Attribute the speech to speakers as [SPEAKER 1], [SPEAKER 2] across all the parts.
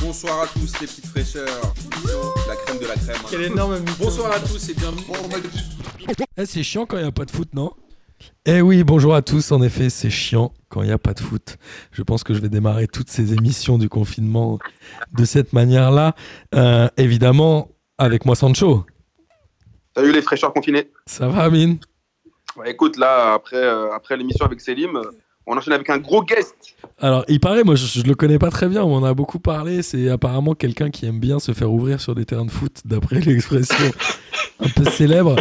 [SPEAKER 1] Bonsoir à tous les petites fraîcheurs. La crème de la crème. hein.
[SPEAKER 2] Quel énorme mytho.
[SPEAKER 1] Bonsoir à tous et bienvenue.
[SPEAKER 3] Eh, c'est chiant quand il n'y a pas de foot, non Eh oui, bonjour à tous. En effet, c'est chiant quand il n'y a pas de foot. Je pense que je vais démarrer toutes ces émissions du confinement de cette manière-là. Euh, évidemment, avec moi, Sancho.
[SPEAKER 4] Salut les fraîcheurs confinés.
[SPEAKER 3] Ça va, Amine
[SPEAKER 4] Ouais, écoute, là, après, euh, après l'émission avec Selim, euh, on enchaîne avec un gros guest.
[SPEAKER 3] Alors, il paraît, moi, je, ne le connais pas très bien. On en a beaucoup parlé. C'est apparemment quelqu'un qui aime bien se faire ouvrir sur des terrains de foot, d'après l'expression un peu célèbre.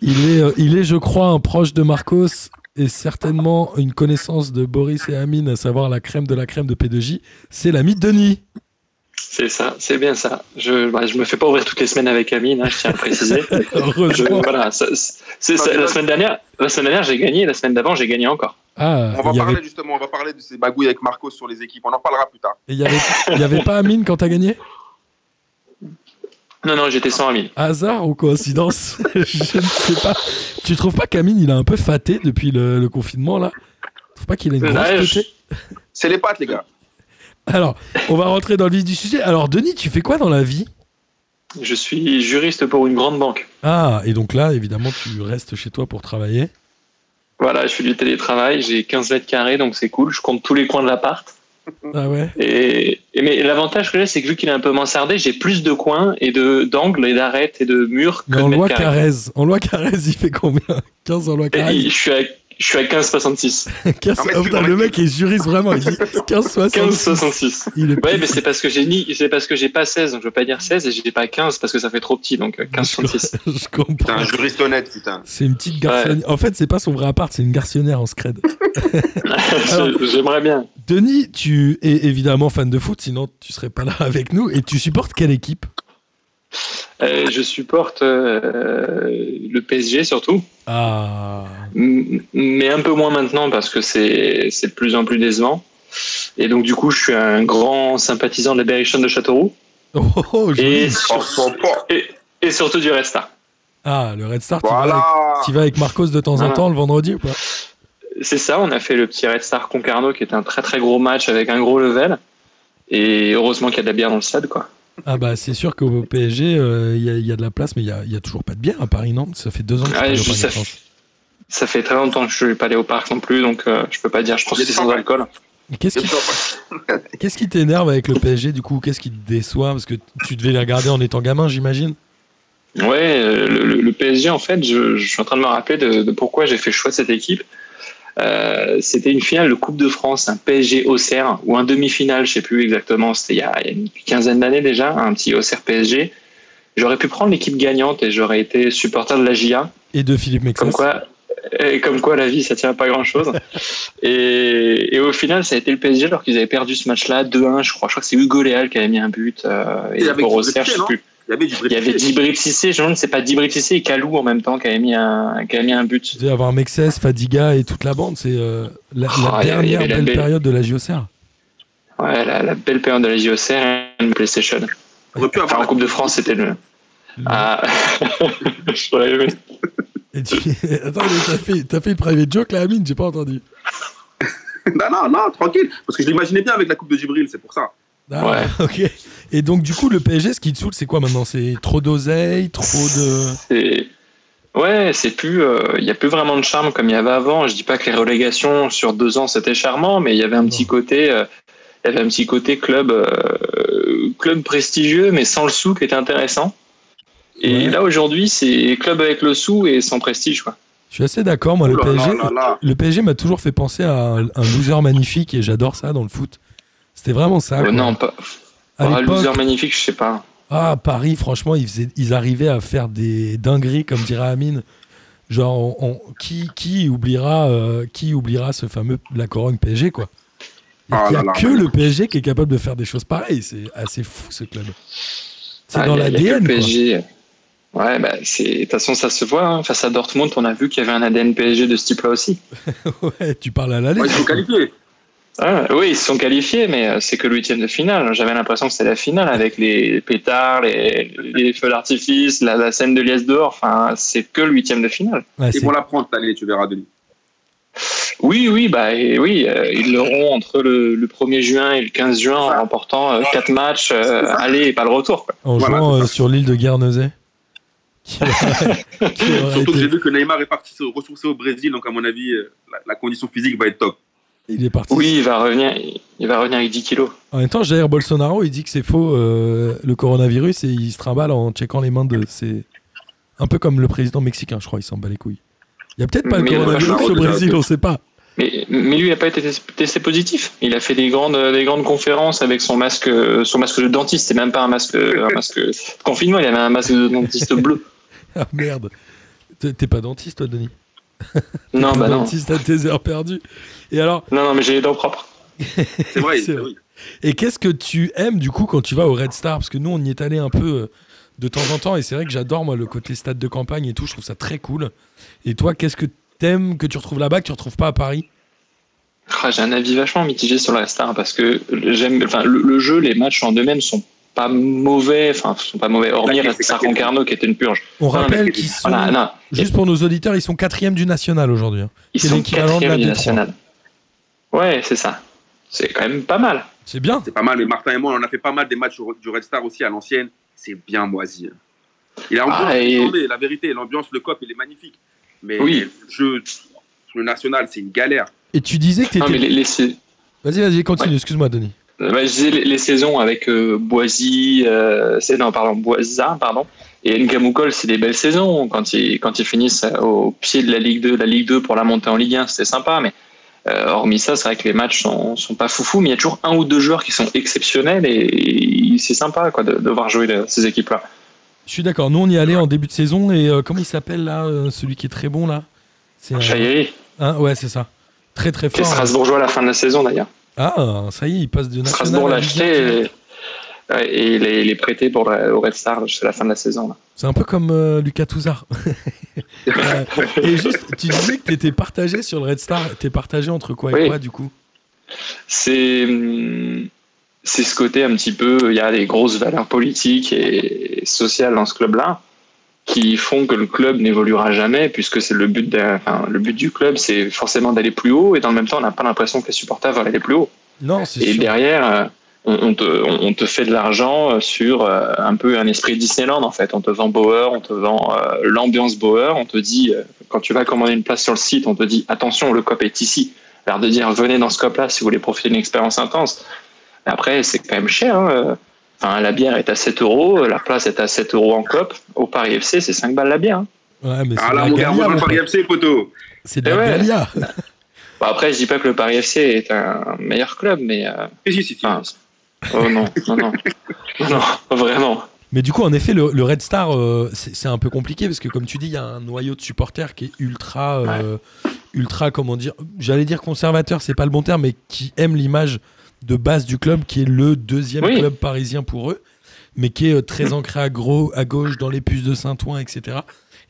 [SPEAKER 3] Il est, euh, il est, je crois, un proche de Marcos et certainement une connaissance de Boris et Amine, à savoir la crème de la crème de P2J. C'est l'ami de Denis.
[SPEAKER 5] C'est ça, c'est bien ça. Je, bah, je me fais pas ouvrir toutes les semaines avec Amine, hein, je tiens à le préciser. Je-
[SPEAKER 3] Heureusement.
[SPEAKER 5] voilà, ça- c'est ça. La semaine dernière, la semaine dernière j'ai gagné, la semaine d'avant j'ai gagné encore.
[SPEAKER 3] Ah,
[SPEAKER 4] On va
[SPEAKER 3] il y
[SPEAKER 4] parler
[SPEAKER 3] avait-
[SPEAKER 4] justement, on va parler de ces bagouilles avec Marcos sur les équipes. On en parlera plus tard.
[SPEAKER 3] il y avait, il y avait pas Amine quand t'as gagné
[SPEAKER 5] Non, non, j'étais sans Amine.
[SPEAKER 3] Hasard ou coïncidence Je ne sais pas. Tu trouves pas qu'Amine, il a un peu faté depuis le, le confinement, là Tu trouves pas qu'il a une grosse
[SPEAKER 5] Ouais, je-
[SPEAKER 3] pétée
[SPEAKER 4] C'est les pattes, les gars.
[SPEAKER 3] Alors, on va rentrer dans le vif du sujet. Alors, Denis, tu fais quoi dans la vie
[SPEAKER 5] Je suis juriste pour une grande banque.
[SPEAKER 3] Ah, et donc là, évidemment, tu restes chez toi pour travailler.
[SPEAKER 5] Voilà, je fais du télétravail, j'ai 15 mètres carrés, donc c'est cool. Je compte tous les coins de l'appart.
[SPEAKER 3] Ah ouais
[SPEAKER 5] Et, et- mais l'avantage que j'ai, c'est que vu qu'il est un peu mansardé, j'ai plus de coins et de d'angles et d'arêtes et de murs que
[SPEAKER 3] Mais
[SPEAKER 5] de
[SPEAKER 3] en
[SPEAKER 5] mètres
[SPEAKER 3] loi
[SPEAKER 5] carrés.
[SPEAKER 3] Carrez, en loi Carrez, il fait combien 15 en loi
[SPEAKER 5] Et
[SPEAKER 3] Carrez.
[SPEAKER 5] je suis à, je suis à 15,66.
[SPEAKER 3] 15,
[SPEAKER 4] Non, mais
[SPEAKER 3] oh,
[SPEAKER 4] tu-
[SPEAKER 3] putain, le mec est juriste vraiment, il dit 15 66.
[SPEAKER 5] 15,66.
[SPEAKER 3] Il est
[SPEAKER 5] Ouais, mais c'est parce que j'ai ni, c'est parce que j'ai pas 16, donc je veux pas dire 16 et j'ai pas 15 parce que ça fait trop petit, donc euh, 15 36.
[SPEAKER 3] je
[SPEAKER 4] T'es
[SPEAKER 3] comprends.
[SPEAKER 4] un juriste honnête, putain.
[SPEAKER 3] C'est une petite garçonnière. En fait, c'est pas son vrai appart, c'est une garçonnière en scred.
[SPEAKER 5] Je- J'aimerais bien.
[SPEAKER 3] Denis, tu es évidemment fan de foot, sinon tu serais pas là avec nous. Et tu supportes quelle équipe
[SPEAKER 5] Euh, je supporte euh, le PSG surtout,
[SPEAKER 3] Ah.
[SPEAKER 5] m- mais un peu moins maintenant parce que c'est c'est de plus en plus décevant. Et donc du coup, je suis un grand sympathisant de la Berrichonne de Châteauroux
[SPEAKER 3] Oh, oh, oh, joli.
[SPEAKER 5] et, sur-
[SPEAKER 4] Oh, son fort.
[SPEAKER 5] et surtout du Red Star.
[SPEAKER 3] Ah, le Red Star, tu vas avec-
[SPEAKER 4] Voilà.
[SPEAKER 3] tu vas avec Marcos de temps en
[SPEAKER 5] Voilà.
[SPEAKER 3] temps le vendredi ou pas
[SPEAKER 5] C'est ça, on a fait le petit Red Star Concarneau qui est un très très gros match avec un gros level. Et heureusement qu'il y a de la bière dans le stade, quoi.
[SPEAKER 3] Ah bah c'est sûr qu'au PSG, euh, il y, a- il y a de la place, mais il y a, il y a toujours pas de bière à Paris-Nantes. Ça fait deux ans que je
[SPEAKER 5] Ouais,
[SPEAKER 3] suis pas allé au
[SPEAKER 5] Ah, je- ça,
[SPEAKER 3] Paris-Nantes.
[SPEAKER 5] ça fait très longtemps que je suis pas allé au parc non plus, donc euh, je peux pas dire. Je pense
[SPEAKER 4] Il y
[SPEAKER 5] que
[SPEAKER 4] a
[SPEAKER 5] c'est
[SPEAKER 4] des
[SPEAKER 5] sans
[SPEAKER 4] sympas.
[SPEAKER 5] alcool.
[SPEAKER 3] Mais Qu'est-ce qui,
[SPEAKER 4] Bien
[SPEAKER 3] qu'est-ce qui t'énerve avec le PSG du coup Qu'est-ce qui te déçoit Parce que tu devais les regarder en étant gamin, j'imagine.
[SPEAKER 5] Ouais, euh, le, le- le PSG, en fait, je, je suis en train de me rappeler de, de pourquoi j'ai fait le choix de cette équipe. Euh, c'était une finale de Coupe de France, un PSG Auxerre, ou un demi-finale, je sais plus exactement, c'était il y a, il y a une quinzaine d'années déjà, un petit Auxerre PSG. J'aurais pu prendre l'équipe gagnante et j'aurais été supporter de la JA.
[SPEAKER 3] Et de Philippe Mexès.
[SPEAKER 5] Comme quoi, et comme quoi la vie, ça tient à pas grand chose. et, et au final, ça a été le PSG alors qu'ils avaient perdu ce match-là 2-1, je crois. Je crois que c'est Hugo Léal qui avait mis un but. euh, et
[SPEAKER 4] Et avec
[SPEAKER 5] pour
[SPEAKER 4] Djibril
[SPEAKER 5] Auxerre,
[SPEAKER 4] Cissé,
[SPEAKER 5] je sais
[SPEAKER 4] non
[SPEAKER 5] plus.
[SPEAKER 4] Il y avait du
[SPEAKER 5] Il y avait
[SPEAKER 4] British.
[SPEAKER 5] Djibril Cissé, je me demande, c'est pas Djibril Cissé et Kalou en même temps qui avait mis un, qui avait mis un but.
[SPEAKER 3] Tu devais avoir Mexès, Fadiga et toute la bande. C'est euh, la, la
[SPEAKER 5] Ah, il y avait- il y
[SPEAKER 3] dernière
[SPEAKER 5] avait la
[SPEAKER 3] belle
[SPEAKER 5] belle-
[SPEAKER 3] période de la JOCR.
[SPEAKER 5] Ouais, la, la belle période de la JOCR et de PlayStation.
[SPEAKER 4] On aurait pu
[SPEAKER 5] Enfin, en
[SPEAKER 4] avoir
[SPEAKER 5] Coupe de France, c'était le. Ah, j'aurais aimé.
[SPEAKER 3] Et tu... Attends, mais t'as fait, t'as fait le private joke là, Amine J'ai pas entendu.
[SPEAKER 4] Non, non, non, tranquille. Parce que je l'imaginais bien avec la Coupe de Gibril, c'est pour ça.
[SPEAKER 3] Ah,
[SPEAKER 5] Ouais.
[SPEAKER 3] ok. Et donc du coup, le PSG, ce qui te saoule, c'est quoi maintenant C'est trop d'oseille, trop de...
[SPEAKER 5] C'est- Ouais, c'est plus, euh, il n'y a plus vraiment de charme comme il y avait avant. Je dis pas que les relégations sur deux ans c'était charmant, mais il y avait un petit côté, euh, il y avait un petit côté club, euh, club prestigieux, mais sans le sou qui était intéressant. Et
[SPEAKER 3] Ouais.
[SPEAKER 5] là aujourd'hui, c'est club avec le sou et sans prestige, quoi.
[SPEAKER 3] Je suis assez d'accord, moi,
[SPEAKER 4] Oh
[SPEAKER 3] le
[SPEAKER 4] là
[SPEAKER 3] PSG...
[SPEAKER 4] là là là.
[SPEAKER 3] Le PSG m'a toujours fait penser à un, un loser magnifique et j'adore ça dans le foot. C'était vraiment ça.
[SPEAKER 5] Euh,
[SPEAKER 3] quoi.
[SPEAKER 5] non, pas.
[SPEAKER 3] à
[SPEAKER 5] Ah, loser
[SPEAKER 3] l'époque,
[SPEAKER 5] magnifique, je sais pas.
[SPEAKER 3] ah, Paris, franchement, ils, faisaient- ils arrivaient à faire des dingueries, comme dirait Amine. Genre, on- on- qui, qui, oubliera, euh, qui oubliera ce fameux la corogne PSG, quoi Il
[SPEAKER 4] Ah
[SPEAKER 3] n'y a
[SPEAKER 4] là là.
[SPEAKER 3] que le PSG qui est capable de faire des choses pareilles. C'est assez fou, ce club. C'est
[SPEAKER 5] Ah,
[SPEAKER 3] dans
[SPEAKER 5] y a- y a que le
[SPEAKER 3] l'ADN, quoi.
[SPEAKER 5] PSG. Ouais, bah, c'est, de toute façon, ça se voit. hein. Face à Dortmund, on a vu qu'il y avait un ADN PSG de ce type-là aussi.
[SPEAKER 3] Ouais, tu parles à la
[SPEAKER 4] Ouais, ils
[SPEAKER 3] lettre.
[SPEAKER 4] sont qualifiés.
[SPEAKER 5] Ah, oui, ils se sont qualifiés, mais euh, c'est que le huitième de finale. J'avais l'impression que c'était la finale avec les pétards, les, les feux d'artifice, la, la scène de liesse dehors. Enfin, c'est que le huitième de finale.
[SPEAKER 3] Ouais,
[SPEAKER 4] Ils
[SPEAKER 3] c'est-
[SPEAKER 4] vont la prendre cette année, tu verras, Denis.
[SPEAKER 5] Oui, oui, bah et oui, euh, ils l'auront entre le, le 1er juin et le 15 juin en remportant 4 matchs, euh, aller et pas le retour. quoi.
[SPEAKER 3] En
[SPEAKER 4] Voilà,
[SPEAKER 3] jouant
[SPEAKER 4] c'est
[SPEAKER 3] euh,
[SPEAKER 4] ça.
[SPEAKER 3] sur l'île de Guernesey. Qui aurait- qui aurait
[SPEAKER 4] Surtout que
[SPEAKER 3] été-
[SPEAKER 4] j'ai vu que Neymar est parti se ressourcer au Brésil, donc à mon avis, euh, la, la condition physique va être top.
[SPEAKER 3] Il est parti.
[SPEAKER 5] Oui, il va revenir, il va revenir avec 10 kilos.
[SPEAKER 3] En même temps, Jair Bolsonaro, il dit que c'est faux euh, le coronavirus et il se trimballe en checkant les mains de ses. Un peu comme le président mexicain, je crois, il s'en bat les couilles. Il y a peut-être pas le
[SPEAKER 5] Mais il a pas
[SPEAKER 3] coronavirus
[SPEAKER 4] Bolsonaro
[SPEAKER 3] au
[SPEAKER 4] déjà,
[SPEAKER 3] Brésil,
[SPEAKER 4] ok.
[SPEAKER 3] on sait pas.
[SPEAKER 5] Mais, mais lui, il n'a pas été tes- testé positif. Il a fait des grandes, des grandes conférences avec son masque, euh, son masque de dentiste. C'était même pas un masque, un masque de confinement. Il avait un masque de dentiste bleu.
[SPEAKER 3] Ah merde. T'es t'es pas dentiste, toi, Denis
[SPEAKER 5] Non,
[SPEAKER 3] T'es
[SPEAKER 5] bah non.
[SPEAKER 3] dentiste à tes heures perdues. Et alors,
[SPEAKER 5] Non, non, mais j'ai les dents propres.
[SPEAKER 4] C'est vrai,
[SPEAKER 3] C'est
[SPEAKER 4] c'est
[SPEAKER 3] vrai.
[SPEAKER 4] vrai.
[SPEAKER 3] Et qu'est-ce que tu aimes du coup quand tu vas au Red Star Parce que nous, on y est allé un peu euh, de temps en temps et c'est vrai que j'adore moi le côté stade de campagne et tout. Je trouve ça très cool. Et toi, qu'est-ce que t'aimes que tu retrouves là-bas que tu retrouves pas à Paris
[SPEAKER 5] Ah, J'ai un avis vachement mitigé sur le Red Star parce que j'aime, enfin, le, le jeu, les matchs en eux-mêmes sont pas mauvais, enfin, sont pas mauvais, hormis
[SPEAKER 4] Claqué,
[SPEAKER 5] Red
[SPEAKER 4] c'est
[SPEAKER 5] Star
[SPEAKER 4] claqué.
[SPEAKER 5] Concarneau qui était une purge.
[SPEAKER 3] On
[SPEAKER 5] mais-
[SPEAKER 3] rappelle qu'ils sont
[SPEAKER 5] Voilà, non,
[SPEAKER 3] juste pour nos auditeurs, ils sont quatrième du national aujourd'hui. hein.
[SPEAKER 5] ils
[SPEAKER 3] c'est
[SPEAKER 5] sont
[SPEAKER 3] l'équivalent de
[SPEAKER 5] quatrième
[SPEAKER 3] la
[SPEAKER 5] du
[SPEAKER 3] D3.
[SPEAKER 5] national. Ouais, c'est ça. C'est quand même pas mal.
[SPEAKER 3] C'est bien.
[SPEAKER 4] C'est pas mal, mais Martin et moi, on en a fait pas mal des matchs au- du Red Star aussi à l'ancienne. C'est bien moisi. hein. Il a
[SPEAKER 5] Ah, et-
[SPEAKER 4] attendez, la vérité, l'ambiance, le cop, il est magnifique. Mais
[SPEAKER 5] Oui.
[SPEAKER 4] le jeu, le national, c'est une galère.
[SPEAKER 3] Et tu disais que
[SPEAKER 5] Non, mais
[SPEAKER 3] t'étais.
[SPEAKER 5] les, les-
[SPEAKER 3] Vas-y, vas-y, continue. Excuse-moi, Denis.
[SPEAKER 5] Euh, bah, je disais les, les saisons avec euh, Boisy, euh, c'est- non pardon Boisa pardon et Ngamukol, c'est des belles saisons quand ils quand ils finissent euh, au pied de la Ligue 2, la Ligue 2 pour la montée en Ligue 1, c'était sympa mais euh, hormis ça, c'est vrai que les matchs sont, sont pas foufou, mais il y a toujours un ou deux joueurs qui sont exceptionnels et, et c'est sympa quoi de, de voir jouer le- ces équipes là.
[SPEAKER 3] Je suis d'accord. Nous, on y allait en début de saison et euh, comment il s'appelle là euh, celui qui est très bon là C'est un-
[SPEAKER 5] Chahiri,
[SPEAKER 3] hein, ouais, c'est ça. Très très
[SPEAKER 5] qui est
[SPEAKER 3] fort.
[SPEAKER 5] Strasbourgeois à la fin de la saison d'ailleurs.
[SPEAKER 3] Ah, ça y est, il passe de national.
[SPEAKER 5] Strasbourg
[SPEAKER 3] à
[SPEAKER 5] l'a
[SPEAKER 3] Ligue
[SPEAKER 5] acheté et, ouais, et les, les prêter pour la- au Red Star jusqu'à la fin de la saison. là.
[SPEAKER 3] C'est un peu comme euh, Lucas Touzard. Euh, et juste, tu disais que tu étais partagé sur le Red Star. T'es partagé entre quoi et
[SPEAKER 5] Oui.
[SPEAKER 3] quoi, du coup
[SPEAKER 5] c'est hum, c'est ce côté un petit peu il y a des grosses valeurs politiques et sociales dans ce club là qui font que le club n'évoluera jamais puisque c'est le but d'un- enfin, le but du club c'est forcément d'aller plus haut et dans le même temps on n'a pas l'impression que les supporters veulent aller plus haut
[SPEAKER 3] Non, c'est
[SPEAKER 5] et
[SPEAKER 3] sûr.
[SPEAKER 5] derrière euh, on on te, on on te fait de l'argent euh, sur euh, un peu un esprit Disneyland en fait. On te vend Bauer, on te vend euh, l'ambiance Bauer, on te dit, euh, quand tu vas commander une place sur le site, on te dit attention, le COP est ici. Alors de dire venez dans ce COP-là si vous voulez profiter d'une expérience intense. Mais Après, c'est quand même cher. hein, euh. Enfin, la bière est à 7 euros, la place est à 7 euros en COP. Au Paris FC, c'est 5 balles la bière. hein.
[SPEAKER 3] Ouais, mais c'est
[SPEAKER 4] Ah
[SPEAKER 3] de
[SPEAKER 4] là,
[SPEAKER 3] la
[SPEAKER 4] mon gars,
[SPEAKER 3] Galia.
[SPEAKER 4] rejoins le
[SPEAKER 3] mon
[SPEAKER 4] Paris
[SPEAKER 3] pote.
[SPEAKER 4] FC, poteau.
[SPEAKER 3] C'est de la
[SPEAKER 5] Eh ouais.
[SPEAKER 3] Galia.
[SPEAKER 5] Bon, après, je dis pas que le Paris FC est un meilleur club, mais... euh,
[SPEAKER 4] Si, si, si, si.
[SPEAKER 5] enfin, oh non, non, non. Non, non, vraiment.
[SPEAKER 3] Mais du coup, en effet, le, le Red Star, euh, c'est c'est un peu compliqué parce que, comme tu dis, il y a un noyau de supporters qui est ultra, euh, ultra, comment dire, j'allais dire conservateur, c'est pas le bon terme, mais qui aime l'image de base du club, qui est le deuxième
[SPEAKER 5] Oui.
[SPEAKER 3] club parisien pour eux, mais qui est euh, très ancré à, gros, à gauche, dans les puces de Saint-Ouen, etc.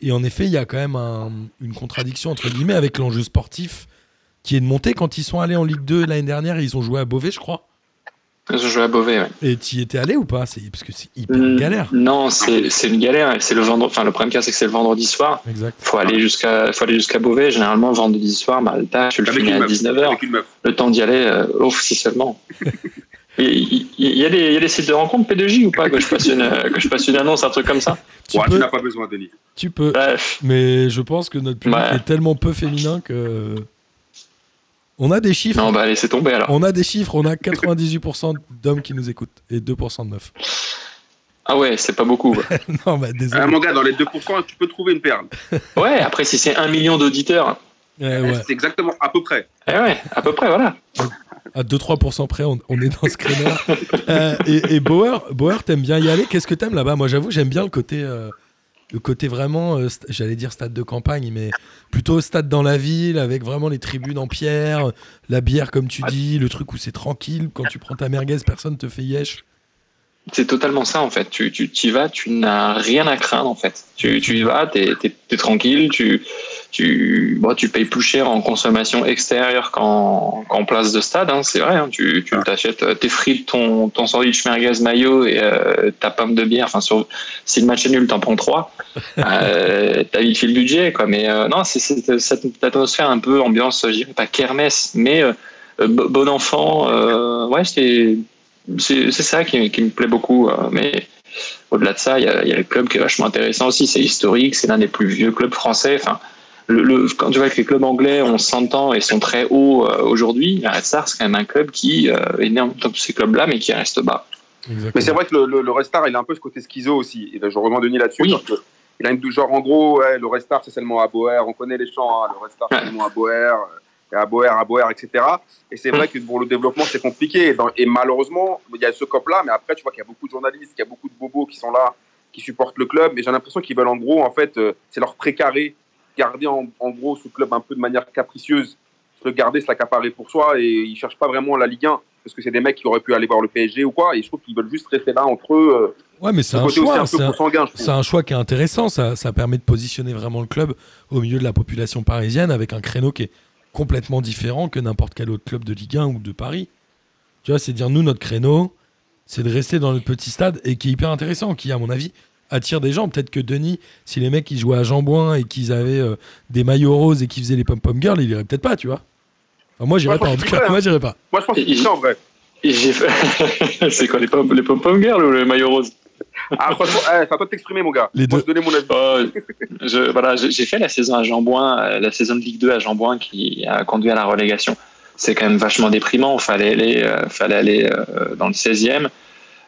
[SPEAKER 3] Et en effet, il y a quand même un- une contradiction, entre guillemets, avec l'enjeu sportif qui est de monter. Quand ils sont allés en Ligue 2 l'année dernière, ils ont joué à Beauvais, je crois.
[SPEAKER 5] Ils ont joué à Beauvais, ouais.
[SPEAKER 3] Et tu y étais allé ou pas C'est- Parce que c'est hyper
[SPEAKER 5] Mm,
[SPEAKER 3] galère.
[SPEAKER 5] Non, c'est c'est une galère. et C'est le vendredi. Enfin, le problème qu'il y a, c'est que c'est le vendredi soir.
[SPEAKER 3] Exact.
[SPEAKER 5] Faut aller jusqu'à, faut aller jusqu'à Beauvais. Généralement, le vendredi soir, bah, le taf, tu le
[SPEAKER 4] Avec
[SPEAKER 5] finis
[SPEAKER 4] une
[SPEAKER 5] à
[SPEAKER 4] meuf.
[SPEAKER 5] 19h.
[SPEAKER 4] Avec une meuf.
[SPEAKER 5] Le temps d'y aller, euh, ouf, si seulement. Il il- il y, a des, il y a des sites de rencontres P2J ou pas que je passe une, euh, que je passe une annonce, un truc comme ça.
[SPEAKER 3] Tu
[SPEAKER 4] Ouais, Tu
[SPEAKER 3] peux,
[SPEAKER 4] n'as pas besoin, Denis.
[SPEAKER 3] tu peux.
[SPEAKER 5] Bref,
[SPEAKER 3] Mais je pense que notre public
[SPEAKER 5] Ouais.
[SPEAKER 3] est tellement peu féminin que. On a des chiffres.
[SPEAKER 5] non, bah laissez tomber alors.
[SPEAKER 3] On a des chiffres. On a 98% d'hommes qui nous écoutent et 2% de meufs.
[SPEAKER 5] Ah ouais, c'est pas beaucoup. quoi.
[SPEAKER 3] non, bah désolé.
[SPEAKER 4] Ah, mon gars, dans les 2%, tu peux trouver une perle.
[SPEAKER 5] Ouais, après si c'est un million d'auditeurs,
[SPEAKER 3] Ouais, Eh ouais.
[SPEAKER 4] C'est exactement à peu près.
[SPEAKER 5] eh ouais, à peu près, voilà.
[SPEAKER 3] À 2-3% près, on, on est dans ce créneau-là. Euh, et, et Bauer, Bauer t'aimes bien y aller. Qu'est-ce que t'aimes là-bas Moi, j'avoue, j'aime bien le côté. euh, Le côté vraiment, euh, st- j'allais dire stade de campagne, mais plutôt stade dans la ville, avec vraiment les tribunes en pierre, la bière comme
[SPEAKER 5] Ah.
[SPEAKER 3] tu dis, le truc où c'est tranquille, quand tu prends ta merguez, personne te fait yesh.
[SPEAKER 5] C'est totalement ça en fait. Tu, tu tu y vas, tu n'as rien à craindre en fait. Tu, tu y vas, t'es es, tranquille, tu, tu, bon, tu payes plus cher en consommation extérieure qu'en qu'en place de stade, hein, c'est vrai. hein. tu tu t'achètes euh, tes frites, ton, ton sandwich merguez mayo et euh, ta pomme de bière. Enfin, sur, si le match est nul, t'en prends trois. Euh, T'as vite fait le budget, quoi. Mais euh, non, c'est c'est cette atmosphère un peu ambiance, je dirais pas kermesse, mais euh, euh, bo- bon enfant. euh, ouais, c'est c'est c'est ça qui, qui me plaît beaucoup. euh, mais au-delà de ça, il y, a, il y a le club qui est vachement intéressant aussi. C'est historique, c'est l'un des plus vieux clubs français. Enfin, le, le- quand tu vois que les clubs anglais, on s'entend et sont très hauts euh, aujourd'hui, la Red Star, c'est quand même un club qui euh, est né en tant que ces clubs-là, mais qui reste bas.
[SPEAKER 3] Exactement.
[SPEAKER 4] Mais c'est vrai que le, le, le Red Star, il a un peu ce côté schizo aussi. Et là, je rejoins Denis là-dessus.
[SPEAKER 5] Oui.
[SPEAKER 4] parce que Il a une genre, en gros, ouais, le Red Star, c'est seulement à Boer. On connaît les chants, hein, le Red Star, c'est
[SPEAKER 5] Ouais.
[SPEAKER 4] seulement à Boer, euh, à Boer, à Boer, etc. Et
[SPEAKER 5] Hmm.
[SPEAKER 4] c'est vrai que pour le développement, c'est compliqué. Et, dans- et malheureusement, il y a ce cop-là, mais après, tu vois qu'il y a beaucoup de journalistes, qu'il y a beaucoup de bobos qui sont là, qui supportent le club. Mais j'ai l'impression qu'ils veulent, en gros, en fait, euh, c'est leur précaré, garder en, en gros ce club un peu de manière capricieuse, se le garder, se l'accaparer pour soi. Et ils cherchent pas vraiment la Ligue 1, parce que c'est des mecs qui auraient pu aller voir le PSG ou quoi. Et je trouve qu'ils veulent juste rester là entre eux. euh,
[SPEAKER 3] Ouais, mais c'est
[SPEAKER 4] ce
[SPEAKER 3] un
[SPEAKER 4] côté aussi
[SPEAKER 3] choix.
[SPEAKER 4] un peu
[SPEAKER 3] C'est un,
[SPEAKER 4] consanguin, je trouve.
[SPEAKER 3] c'est un choix qui est intéressant. Ça, ça permet de positionner vraiment le club au milieu de la population parisienne avec un créneau qui est complètement différent que n'importe quel autre club de Ligue 1 ou de Paris. Tu vois, c'est dire nous, notre créneau, c'est de rester dans notre petit stade et qui est hyper intéressant, qui, à mon avis, attire des gens. Peut-être que Denis, si les mecs qui jouaient à Jambouin et qu'ils avaient euh, des maillots roses et qu'ils faisaient les pom-pom girls, il irait peut-être pas, tu vois. Enfin, moi, j'irais
[SPEAKER 4] Moi,
[SPEAKER 3] pas,
[SPEAKER 4] je
[SPEAKER 3] en
[SPEAKER 4] pense
[SPEAKER 3] tout
[SPEAKER 4] que
[SPEAKER 3] cas.
[SPEAKER 4] ouais.
[SPEAKER 3] Moi, j'irais pas.
[SPEAKER 4] Moi, je pense que
[SPEAKER 5] Et-
[SPEAKER 4] c'est ça, en vrai.
[SPEAKER 5] Et j'ai fait- c'est quoi les pom les pom girls ou le maillot rose
[SPEAKER 4] Ah, franchement, eh, c'est à toi de t'exprimer, mon gars.
[SPEAKER 3] Les
[SPEAKER 4] Moi,
[SPEAKER 3] deux.
[SPEAKER 4] je donnais mon avis.
[SPEAKER 5] Oh, je, voilà, j'ai j'ai fait la saison à Jambouin, euh, la saison de Ligue 2 à Jambouin qui a conduit à la relégation. C'est quand même vachement déprimant. Fallait aller, euh, fallait aller euh, dans le 16e,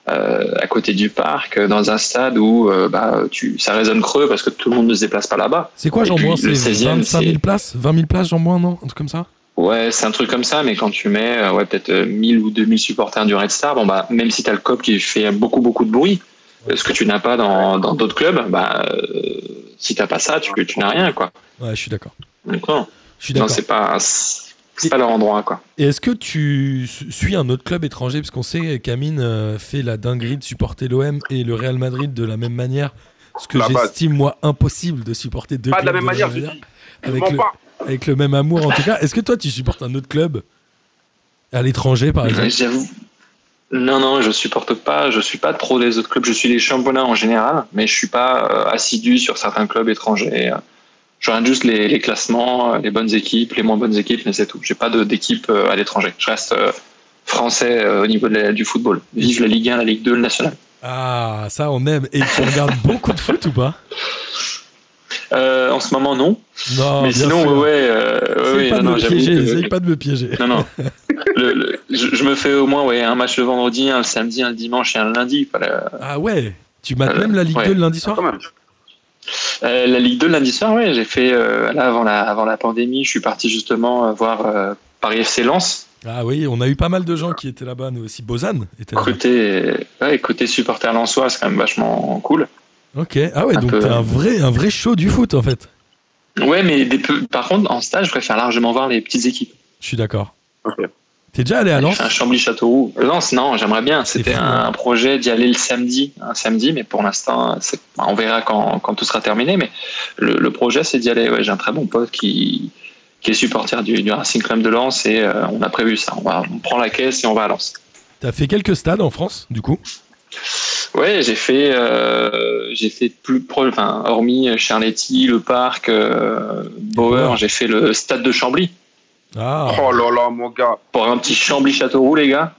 [SPEAKER 5] euh, à côté du parc, euh, dans un stade où euh, bah, tu, ça résonne creux parce que tout le monde ne se déplace pas là-bas.
[SPEAKER 3] C'est quoi
[SPEAKER 5] Et
[SPEAKER 3] Jambouin
[SPEAKER 5] puis,
[SPEAKER 3] C'est
[SPEAKER 5] le 16e,
[SPEAKER 3] 25 000 places 20 000 places, Jambouin, non Un truc comme ça
[SPEAKER 5] Ouais, c'est un truc comme ça, mais quand tu mets euh, ouais, peut-être euh, 1000 ou 2000 supporters du Red Star, bon, bah, même si tu as le cop qui fait beaucoup, beaucoup de bruit, euh, ce que tu n'as pas dans dans d'autres clubs, bah, euh, si t'as pas ça, tu, tu n'as rien. quoi.
[SPEAKER 3] Ouais, je suis d'accord.
[SPEAKER 5] Donc, non.
[SPEAKER 3] Je suis
[SPEAKER 5] Non,
[SPEAKER 3] d'accord.
[SPEAKER 5] c'est pas, c'est pas leur endroit, quoi.
[SPEAKER 3] Et est-ce que tu su- suis un autre club étranger Parce qu'on sait qu'Amine euh, fait la dinguerie de supporter l'OM et le Real Madrid de la même manière. Ce que
[SPEAKER 4] La base.
[SPEAKER 3] j'estime, moi, impossible de supporter deux
[SPEAKER 4] Pas de la
[SPEAKER 3] clubs
[SPEAKER 4] même manière, je dis. Je
[SPEAKER 3] avec
[SPEAKER 4] mens
[SPEAKER 3] le,
[SPEAKER 4] pas.
[SPEAKER 3] avec le même amour, en tout cas. Est-ce que toi, tu supportes un autre club À l'étranger, par exemple
[SPEAKER 5] J'avoue. Non, non, je supporte pas. Je suis pas trop des autres clubs. Je suis des championnats en général, mais je suis pas euh, assidu sur certains clubs étrangers. Je regarde juste les, les classements, euh, les bonnes équipes, les moins bonnes équipes, mais c'est tout. J'ai pas de- d'équipe euh, à l'étranger. Je reste euh, français euh, au niveau de la- du football. Vive la Ligue 1, la Ligue 2, le national.
[SPEAKER 3] Ah, ça, on aime. Et tu regardes beaucoup de foot ou pas
[SPEAKER 5] Euh, en ce moment, non.
[SPEAKER 3] Non,
[SPEAKER 5] mais
[SPEAKER 3] Ah, bien
[SPEAKER 5] sinon,
[SPEAKER 3] sûr.
[SPEAKER 5] ouais, ouais, euh, ouais,
[SPEAKER 3] Essaye
[SPEAKER 5] ouais,
[SPEAKER 3] pas
[SPEAKER 5] non,
[SPEAKER 3] de
[SPEAKER 5] non,
[SPEAKER 3] me
[SPEAKER 5] j'avoue
[SPEAKER 3] piéger,
[SPEAKER 5] que-
[SPEAKER 3] essaye pas de me piéger.
[SPEAKER 5] Non, non. Le- le- je, je me fais au moins ouais, un match le vendredi, un le samedi, un le dimanche et un le lundi. Pas la-
[SPEAKER 3] Ah ouais Tu mates
[SPEAKER 5] Euh,
[SPEAKER 3] même la Ligue
[SPEAKER 5] ouais.
[SPEAKER 3] 2 le lundi soir
[SPEAKER 4] Quand même.
[SPEAKER 5] Euh, la Ligue 2 le lundi soir, ouais, j'ai fait euh, là avant la, avant la pandémie, je suis parti justement euh, voir euh, Paris FC Lens,
[SPEAKER 3] Ah oui, on a eu pas mal de gens qui étaient là-bas, nous aussi. Bozan était là-bas.
[SPEAKER 5] côté, ouais, côté supporter lensois, c'est quand même vachement cool.
[SPEAKER 3] Ok, ah ouais,
[SPEAKER 5] Un
[SPEAKER 3] donc
[SPEAKER 5] peu.
[SPEAKER 3] t'es un vrai, un vrai show du foot en fait.
[SPEAKER 5] Ouais, mais des peu- par contre, en stage, je préfère largement voir les petites équipes.
[SPEAKER 3] Je suis d'accord.
[SPEAKER 4] Ok.
[SPEAKER 3] T'es déjà allé à
[SPEAKER 5] J'ai
[SPEAKER 3] Lens
[SPEAKER 5] fait un Chambly-Châteauroux. Lens, non, j'aimerais bien.
[SPEAKER 3] C'est
[SPEAKER 5] C'était
[SPEAKER 3] fou, hein.
[SPEAKER 5] un, projet d'y aller le samedi, un samedi, mais pour l'instant, c'est- bah, on verra quand, quand tout sera terminé. Mais le, le projet, c'est d'y aller. Ouais, J'ai un très bon pote qui, qui est supporter du, du Racing Club de Lens et euh, on a prévu ça. On, va, on prend la caisse et on va à Lens.
[SPEAKER 3] T'as fait quelques stades en France, du coup
[SPEAKER 5] Ouais, j'ai fait, euh, j'ai fait plus pro, enfin, hormis Charletti, le parc, euh, Bauer,
[SPEAKER 3] Bauer.
[SPEAKER 5] j'ai fait le stade de Chambly.
[SPEAKER 3] Ah,
[SPEAKER 4] Oh là là, mon gars.
[SPEAKER 5] pour un petit Chambly-Châteauroux, les gars.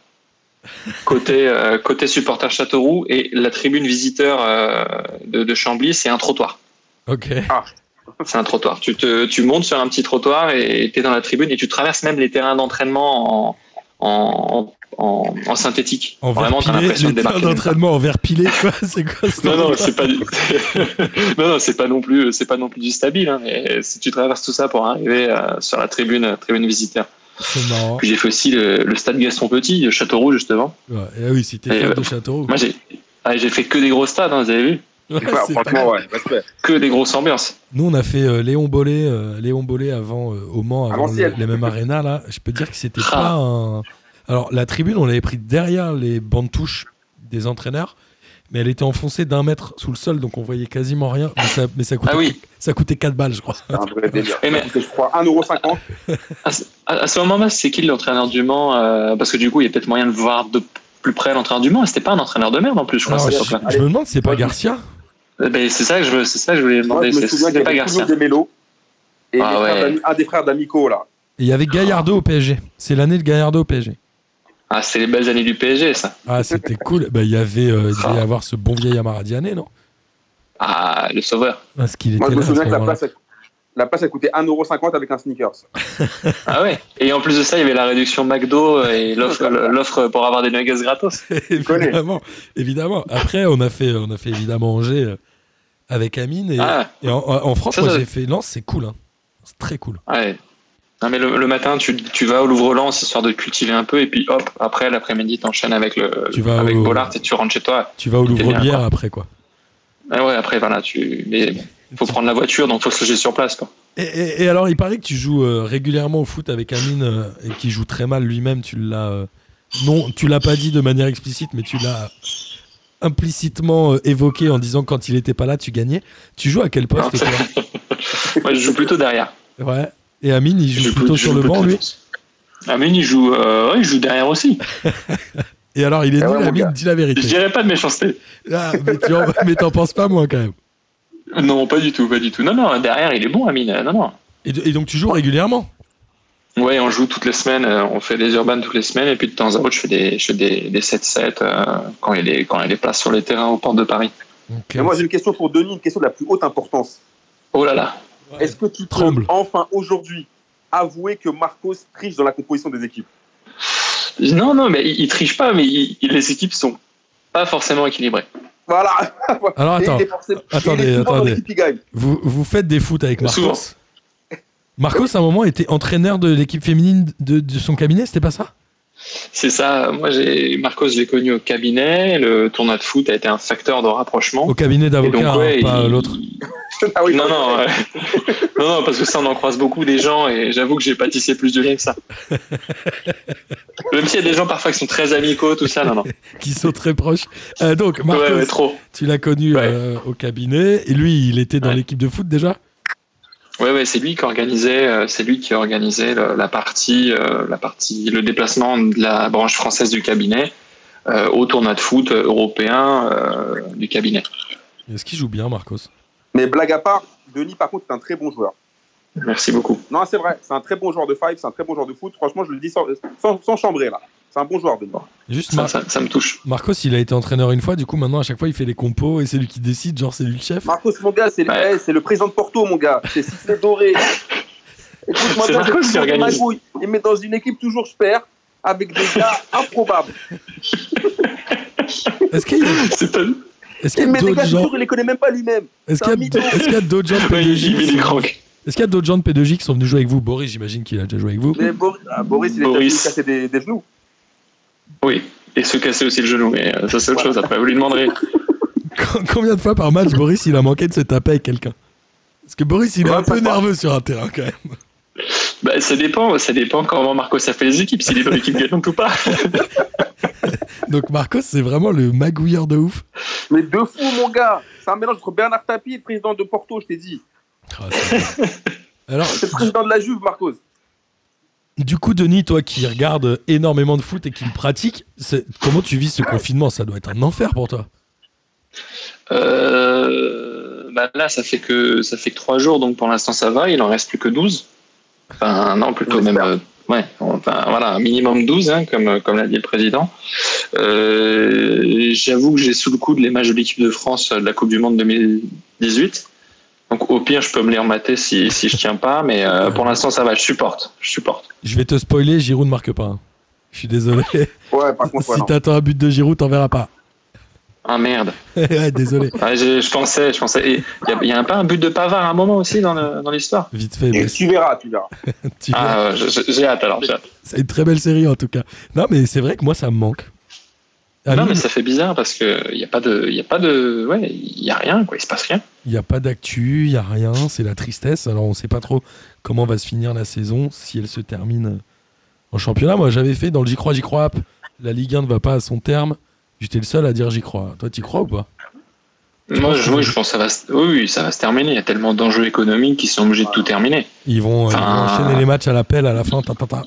[SPEAKER 5] Côté, euh, côté supporter Châteauroux et la tribune visiteur euh, de, de Chambly, c'est un trottoir.
[SPEAKER 3] ok.
[SPEAKER 5] C'est un trottoir. Tu, te, tu montes sur un petit trottoir et tu es dans la tribune et tu traverses même les terrains d'entraînement en, en, en, en synthétique.
[SPEAKER 3] En verre
[SPEAKER 5] Vraiment, t'as
[SPEAKER 3] pilé,
[SPEAKER 5] l'impression de
[SPEAKER 3] les terrains
[SPEAKER 5] débarquer.
[SPEAKER 3] d'entraînement en verre pilé, quoi, c'est quoi ce
[SPEAKER 5] Non, non,
[SPEAKER 3] truc
[SPEAKER 5] c'est pas, du... non, non, c'est pas non plus, c'est pas non plus du stabile. hein, mais si tu traverses tout ça pour arriver euh, sur la tribune, tribune visiteur.
[SPEAKER 3] C'est marrant.
[SPEAKER 5] Puis j'ai fait aussi le, le stade Gaston Petit, de Châteauroux justement.
[SPEAKER 3] Ouais, et ah oui, si t'es
[SPEAKER 5] Et
[SPEAKER 3] fan
[SPEAKER 5] ouais.
[SPEAKER 3] de Châteauroux.
[SPEAKER 5] Moi, j'ai ah, j'ai fait que des gros stades, hein, vous avez vu
[SPEAKER 3] Ouais,
[SPEAKER 4] Ouais,
[SPEAKER 3] c'est pas mal.
[SPEAKER 4] franchement, ouais, respect.
[SPEAKER 5] Que des grosses ambiances.
[SPEAKER 3] Nous, on a fait euh, Léon Bollet, euh, Léon Bollet avant euh, au Mans, avant le,
[SPEAKER 4] Valenciennes.
[SPEAKER 3] les mêmes arénas là. Je peux dire que c'était
[SPEAKER 5] Ah.
[SPEAKER 3] pas un. Alors la tribune, on l'avait pris derrière les bandes touches des entraîneurs, mais elle était enfoncée d'un mètre sous le sol, donc on voyait quasiment rien. Mais ça, mais ça coûtait,
[SPEAKER 5] Ah oui. Ah,
[SPEAKER 3] ça coûtait 4 balles, je crois.
[SPEAKER 4] C'est un vrai délire.
[SPEAKER 5] Et mais-
[SPEAKER 4] Ça coûtait, je crois, 1,50€.
[SPEAKER 5] À, ce- à- à ce moment-là, c'est qui l'entraîneur du Mans euh, Parce que du coup, il y a peut-être moyen de voir de plus près l'entraîneur du Mans. Et C'était pas un entraîneur de merde en plus, je crois.
[SPEAKER 3] Alors,
[SPEAKER 5] à
[SPEAKER 3] je,
[SPEAKER 5] cette époque-là.
[SPEAKER 3] je me demande si Ah c'est pas Garcia.
[SPEAKER 5] Eh ben, c'est ça que je veux- c'est ça que je voulais
[SPEAKER 4] Moi,
[SPEAKER 5] demander.
[SPEAKER 4] je me
[SPEAKER 5] c'est-
[SPEAKER 4] souviens qu'il
[SPEAKER 5] C'était
[SPEAKER 4] y
[SPEAKER 5] pas
[SPEAKER 4] avait
[SPEAKER 5] Garcia.
[SPEAKER 4] toujours de Mélo. Et
[SPEAKER 5] Ah
[SPEAKER 4] les frères
[SPEAKER 5] ouais.
[SPEAKER 4] d'Ami- un des frères d'Amico, là.
[SPEAKER 3] Et il y avait Gallardo au PSG. C'est l'année de Gallardo au PSG.
[SPEAKER 5] Ah, c'est les belles années du PSG, ça.
[SPEAKER 3] Ah, c'était cool. Bah, il y avait, euh, il devait y avoir ce bon vieil Amaradiané, non
[SPEAKER 5] Ah, le sauveur.
[SPEAKER 3] Parce qu'il
[SPEAKER 4] Moi,
[SPEAKER 3] était
[SPEAKER 4] je me
[SPEAKER 3] là à ce
[SPEAKER 4] souviens que la
[SPEAKER 3] moment-là.
[SPEAKER 4] place, elle- la place, elle coûtait 1,50€ avec un sneakers.
[SPEAKER 5] Ah ouais. Et en plus de ça, il y avait la réduction McDo et l'offre l'offre pour avoir des nuggets gratos.
[SPEAKER 4] connais.
[SPEAKER 3] évidemment, évidemment. Après, on a fait, on a fait évidemment Angers euh, avec Amine. Et,
[SPEAKER 5] Ah,
[SPEAKER 3] et en, en France,
[SPEAKER 5] Ça,
[SPEAKER 3] moi,
[SPEAKER 5] ça-
[SPEAKER 3] j'ai fait Lens, c'est cool. hein. C'est très cool.
[SPEAKER 5] ouais. Non, mais le, le matin, tu, tu vas au Louvre-Lens histoire de cultiver un peu. Et puis hop, après, l'après-midi, t'enchaînes avec, le,
[SPEAKER 3] Tu vas
[SPEAKER 5] avec
[SPEAKER 3] au-
[SPEAKER 5] Bollard et tu rentres chez toi.
[SPEAKER 3] Tu vas au
[SPEAKER 5] C'était bien,
[SPEAKER 3] Louvre-Bière après, quoi.
[SPEAKER 5] Ah ouais, après, voilà, tu. Mais bon, faut prendre la voiture, donc faut se loger sur place, quoi.
[SPEAKER 3] Et, et- et alors, il paraît que tu joues euh, régulièrement au foot avec Amine euh, et qui joue très mal lui-même. Tu l'as euh, non, tu l'as pas dit de manière explicite, mais tu l'as implicitement euh, évoqué en disant que quand il était pas là, tu gagnais. Tu joues à quel poste
[SPEAKER 5] Non,
[SPEAKER 3] toi
[SPEAKER 5] Moi, je joue plutôt derrière.
[SPEAKER 3] Ouais. Et Amine, il
[SPEAKER 5] Je
[SPEAKER 3] joue
[SPEAKER 5] joue
[SPEAKER 3] plutôt
[SPEAKER 5] plutôt-
[SPEAKER 3] sur
[SPEAKER 5] je
[SPEAKER 3] le
[SPEAKER 5] joue
[SPEAKER 3] banc,
[SPEAKER 5] plutôt
[SPEAKER 3] lui.
[SPEAKER 5] Ah, mais il joue, euh, ouais, il joue derrière aussi.
[SPEAKER 3] Et alors, il est
[SPEAKER 4] Ah ouais,
[SPEAKER 3] nul,
[SPEAKER 4] mon
[SPEAKER 3] Amine,
[SPEAKER 4] gars.
[SPEAKER 3] dis la
[SPEAKER 5] Je
[SPEAKER 3] vérité.
[SPEAKER 5] dirais pas de méchanceté.
[SPEAKER 3] Ah, mais tu en- mais t'en penses pas, moi, quand même.
[SPEAKER 5] Non, pas du tout, pas du tout. Non, non, derrière, il est bon, Amine. Euh, Non, non.
[SPEAKER 3] Et, et donc, tu joues régulièrement
[SPEAKER 5] Ouais, on joue toutes les semaines, euh, on fait des urbaines toutes les semaines, et puis de temps à autre, je fais des, je fais des, des 7-7 euh, quand, il y a des- quand il y a des places sur les terrains aux portes de Paris.
[SPEAKER 3] Ok.
[SPEAKER 4] Mais moi, j'ai une question pour Denis, une question de la plus haute importance.
[SPEAKER 5] Oh là là.
[SPEAKER 3] Ouais.
[SPEAKER 4] Est-ce que tu peux
[SPEAKER 3] Tremble.
[SPEAKER 4] enfin aujourd'hui avouer que Marcos triche dans la composition des équipes
[SPEAKER 5] Non, non, mais il, il triche pas, mais il- il- les équipes sont pas forcément équilibrées.
[SPEAKER 4] Voilà.
[SPEAKER 3] Alors,
[SPEAKER 4] Et
[SPEAKER 3] attends,
[SPEAKER 4] il est forcément- et il est
[SPEAKER 3] attendez,
[SPEAKER 4] souvent dans
[SPEAKER 3] attendez.
[SPEAKER 4] l'équipe qui gagne.
[SPEAKER 3] vous, vous faites des foot avec Marcos
[SPEAKER 5] Souvent.
[SPEAKER 3] Marcos, à un moment, était entraîneur de l'équipe féminine de, de son cabinet, c'était pas ça
[SPEAKER 5] C'est ça. Moi, j'ai Marcos, je l'ai connu au cabinet. Le tournoi de foot a été un facteur de rapprochement.
[SPEAKER 3] Au cabinet
[SPEAKER 5] Oh. Et
[SPEAKER 3] d'avocat,
[SPEAKER 5] donc,
[SPEAKER 3] hein,
[SPEAKER 5] ouais,
[SPEAKER 3] pas
[SPEAKER 5] il-
[SPEAKER 3] l'autre.
[SPEAKER 4] Ah oui,
[SPEAKER 5] non,
[SPEAKER 4] pardon.
[SPEAKER 5] non, euh, non, non, parce que ça, on en croise beaucoup des gens et j'avoue que j'ai pas tissé plus de liens que ça. Même s'il y a des gens parfois qui sont très amicaux, tout ça, non, non.
[SPEAKER 3] qui sont très proches. Euh, donc, Marcos,
[SPEAKER 5] Ouais, ouais, trop.
[SPEAKER 3] tu l'as connu
[SPEAKER 5] Ouais.
[SPEAKER 3] euh, au cabinet. Et lui, il était dans
[SPEAKER 5] Ouais.
[SPEAKER 3] l'équipe de foot déjà
[SPEAKER 5] Ouais, ouais, c'est lui qui organisait, euh, c'est lui qui organisait le- la partie, euh, la partie, le déplacement de la branche française du cabinet euh, au tournoi de foot européen euh, du cabinet.
[SPEAKER 3] Est-ce qu'il joue bien, Marcos
[SPEAKER 4] Mais blague à part, Denis par contre est un très bon joueur.
[SPEAKER 5] Merci beaucoup.
[SPEAKER 4] Non, c'est vrai, c'est un très bon joueur de five, c'est un très bon joueur de foot. Franchement, je le dis sans, sans, sans chambrer là. C'est un bon joueur, Denis.
[SPEAKER 3] Juste,
[SPEAKER 5] Ça,
[SPEAKER 3] Mar-
[SPEAKER 5] ça, ça me touche.
[SPEAKER 3] Marcos, il a été entraîneur une fois. Du coup, maintenant, à chaque fois, il fait les compos et c'est lui qui décide. Genre, c'est lui le chef.
[SPEAKER 4] Marcos, mon gars, c'est le-
[SPEAKER 5] Ouais.
[SPEAKER 4] eh, c'est le président de Porto, mon gars. C'est Sisley Doré. Écoute-moi bien,
[SPEAKER 5] C'est Marcos qui
[SPEAKER 4] j'ai toujours des
[SPEAKER 5] organise.
[SPEAKER 4] magouilles. Il met dans une équipe toujours, je perds, avec des gars improbables.
[SPEAKER 3] Est-ce qu'il y a,
[SPEAKER 5] C'est pas.
[SPEAKER 3] est-ce qu'il y
[SPEAKER 4] Il
[SPEAKER 3] a
[SPEAKER 4] met des
[SPEAKER 3] d'autres
[SPEAKER 4] gars
[SPEAKER 3] gens
[SPEAKER 4] toujours, il les connaît même pas lui-même.
[SPEAKER 3] Est-ce qu'il
[SPEAKER 4] c'est
[SPEAKER 3] y a,
[SPEAKER 4] un mytho.
[SPEAKER 3] est-ce qu'il y a d'autres gens de
[SPEAKER 5] Ouais, il-
[SPEAKER 3] pédagogie
[SPEAKER 5] il met
[SPEAKER 3] qui
[SPEAKER 5] des
[SPEAKER 3] sont-
[SPEAKER 5] crocs.
[SPEAKER 3] Est-ce qu'il y a d'autres gens de pédagogie qui sont venus jouer avec vous Boris, j'imagine qu'il a déjà joué avec vous.
[SPEAKER 4] Mais Boris, ah, Boris, il est
[SPEAKER 5] Boris.
[SPEAKER 4] venu casser des, des genoux.
[SPEAKER 5] Oui. Et se casser aussi le genou, mais euh, ça c'est autre chose. Après, vous lui demanderez.
[SPEAKER 3] Combien de fois par match Boris il a manqué de se taper avec quelqu'un Parce que Boris il est un
[SPEAKER 4] 25
[SPEAKER 3] peu
[SPEAKER 4] fois.
[SPEAKER 3] nerveux sur un terrain quand même.
[SPEAKER 5] Bah, ça dépend. Ça dépend comment Marcos a fait les équipes. S'il est dans l'équipe gagnante ou pas.
[SPEAKER 3] Donc Marcos c'est vraiment le magouilleur de ouf.
[SPEAKER 4] Mais de fou, mon gars. C'est un mélange entre Bernard Tapie et le président de Porto, je t'ai dit.
[SPEAKER 3] Ah, c'est vrai. Alors,
[SPEAKER 4] C'est le président de la Juve, Marcos.
[SPEAKER 3] du coup, Denis, toi qui regardes énormément de foot et qui le pratique, c'est- comment tu vis ce confinement Ça doit être un enfer pour toi.
[SPEAKER 5] Euh, bah là, ça fait que ça fait que trois jours, donc pour l'instant ça va. Il en reste plus que 12. Enfin, non, plutôt
[SPEAKER 4] On
[SPEAKER 5] même.
[SPEAKER 4] espère.
[SPEAKER 5] euh, ouais, enfin voilà, un minimum 12, hein, comme comme l'a dit le président. Euh, J'avoue que j'ai sous le coude les matchs de l'équipe de France euh, de la Coupe du Monde 2018. Donc au pire, je peux me les remater si si je tiens pas, mais euh, pour l'instant ça va. Je supporte, je supporte.
[SPEAKER 3] Je vais te spoiler, Giroud ne marque pas. hein. Je suis désolé.
[SPEAKER 4] Ouais, par contre, ouais,
[SPEAKER 3] si
[SPEAKER 4] non.
[SPEAKER 3] t'attends un but de Giroud, t'en verras pas.
[SPEAKER 5] Ah merde.
[SPEAKER 3] Ouais, désolé.
[SPEAKER 5] Ouais, je, je pensais, je pensais. Il y a, y a un, pas un but de Pavard à un moment aussi dans le- dans l'histoire.
[SPEAKER 3] Vite fait.
[SPEAKER 4] Et
[SPEAKER 3] mais
[SPEAKER 4] tu verras, tu verras.
[SPEAKER 3] tu verras.
[SPEAKER 5] Ah, euh, je- je- j'ai hâte alors. j'ai hâte.
[SPEAKER 3] C'est une très belle série en tout cas. Non, mais c'est vrai que moi ça me manque. Ah
[SPEAKER 5] non,
[SPEAKER 3] Amine,
[SPEAKER 5] mais ça fait bizarre parce que y a pas de, y a pas de, ouais, y a rien quoi, il se passe rien.
[SPEAKER 3] Il n'y a pas d'actu, il n'y a rien, c'est la tristesse. Alors on ne sait pas trop comment va se finir la saison, si elle se termine en championnat. Moi j'avais fait dans le J'y crois, J'y crois app, la Ligue 1 ne va pas à son terme. J'étais le seul à dire j'y crois. Toi, t'y crois ou pas
[SPEAKER 5] Moi, je, oui, je pense que ça va, se- oui, oui, ça va se terminer. Il y a tellement d'enjeux économiques qui sont obligés de tout terminer.
[SPEAKER 3] ils vont, euh, ils vont
[SPEAKER 5] Ah.
[SPEAKER 3] enchaîner les matchs à l'appel à la fin. ta, ta, ta.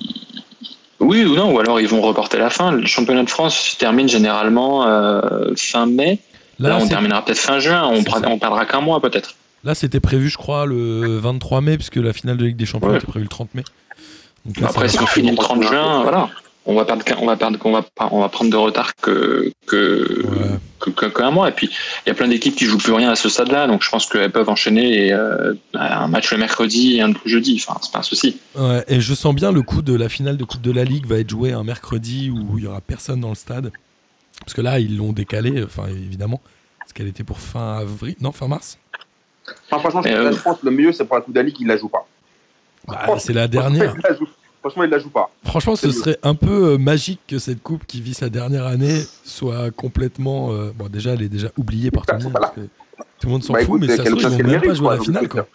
[SPEAKER 5] Oui ou non, ou alors ils vont reporter la fin. Le championnat de France se termine généralement euh, fin mai. Là,
[SPEAKER 3] Là,
[SPEAKER 5] on
[SPEAKER 3] c'est-
[SPEAKER 5] terminera peut-être fin juin. On,
[SPEAKER 3] C'est
[SPEAKER 5] pra-
[SPEAKER 3] ça.
[SPEAKER 5] on perdra qu'un mois peut-être.
[SPEAKER 3] là, c'était prévu, je crois, le 23 mai, puisque la finale de Ligue des Champions
[SPEAKER 5] Ouais.
[SPEAKER 3] était prévue le 30 mai. Donc là, ça
[SPEAKER 5] Après,
[SPEAKER 3] va.
[SPEAKER 5] si on finit le 30 juin, voilà. On va perdre, qu'un- on va perdre, qu'on va, pas- on va prendre de retard que que
[SPEAKER 3] Ouais.
[SPEAKER 5] que- que- qu'un mois. Et puis, il y a plein d'équipes qui jouent plus rien à ce stade-là, donc je pense qu'elles peuvent enchaîner et, euh, un match le mercredi et un le jeudi. Enfin, c'est pas un souci.
[SPEAKER 3] Ouais, et je sens bien le coup de la finale de Coupe de la Ligue va être jouée un mercredi où il y aura personne dans le stade. Parce que là, ils l'ont décalé, enfin évidemment, parce qu'elle était pour fin avril, non, fin mars.
[SPEAKER 4] Enfin, franchement, je
[SPEAKER 5] Et,
[SPEAKER 4] pense que
[SPEAKER 5] euh,
[SPEAKER 4] la France, le mieux, c'est pour la Coupe d'Ali qu'il la joue pas.
[SPEAKER 3] Bah, c'est la dernière.
[SPEAKER 4] Franchement, il la joue- Franchement, il la joue pas.
[SPEAKER 3] Franchement, ce
[SPEAKER 4] Oh. C'est mieux.
[SPEAKER 3] serait un peu euh, magique que cette coupe qui vit sa dernière année soit complètement. euh, bon, déjà, elle est déjà oubliée par tout le monde. parce que tout le monde s'en
[SPEAKER 4] Ah, Bah,
[SPEAKER 3] fout,
[SPEAKER 4] écoute,
[SPEAKER 3] mais ça se
[SPEAKER 4] quelque
[SPEAKER 3] trouve, ils
[SPEAKER 4] chose, c'est
[SPEAKER 3] vont
[SPEAKER 4] le
[SPEAKER 3] même pas
[SPEAKER 4] mérite,
[SPEAKER 3] jouer à la
[SPEAKER 4] quoi,
[SPEAKER 3] finale.
[SPEAKER 4] donc,
[SPEAKER 3] Quoi.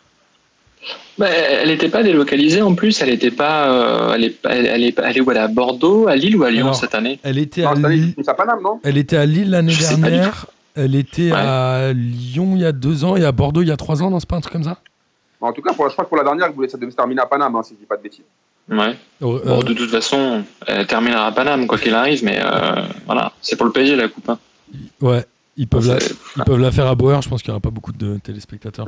[SPEAKER 5] Bah, elle n'était pas délocalisée en plus. Elle était pas, euh, elle est, elle, elle est, elle est où Elle est à Bordeaux, à Lille ou à Lyon
[SPEAKER 3] Alors,
[SPEAKER 5] cette année
[SPEAKER 3] Elle était
[SPEAKER 4] Non,
[SPEAKER 3] à
[SPEAKER 4] cette année,
[SPEAKER 3] Lille-
[SPEAKER 4] ils finissent à Paname, non
[SPEAKER 3] elle était à Lille l'année
[SPEAKER 5] Je sais pas du
[SPEAKER 3] dernière. Elle était
[SPEAKER 5] Ouais.
[SPEAKER 3] à Lyon il y a deux ans et à Bordeaux il y a trois ans, non C'est pas un truc comme ça
[SPEAKER 4] En tout cas, pour, je crois que pour la dernière, vous voulez- ça devait se terminer à Paname, hein, si je dis pas de bêtises.
[SPEAKER 5] Ouais.
[SPEAKER 3] Euh,
[SPEAKER 5] Bon, de toute façon, elle terminera à Paname quoi qu'il arrive, mais euh, voilà, c'est pour le PSG la coupe. hein.
[SPEAKER 3] Ouais, ils peuvent, la,
[SPEAKER 5] Ah, C'est-
[SPEAKER 3] ils peuvent la faire à Bauer, je pense qu'il n'y aura pas beaucoup de téléspectateurs.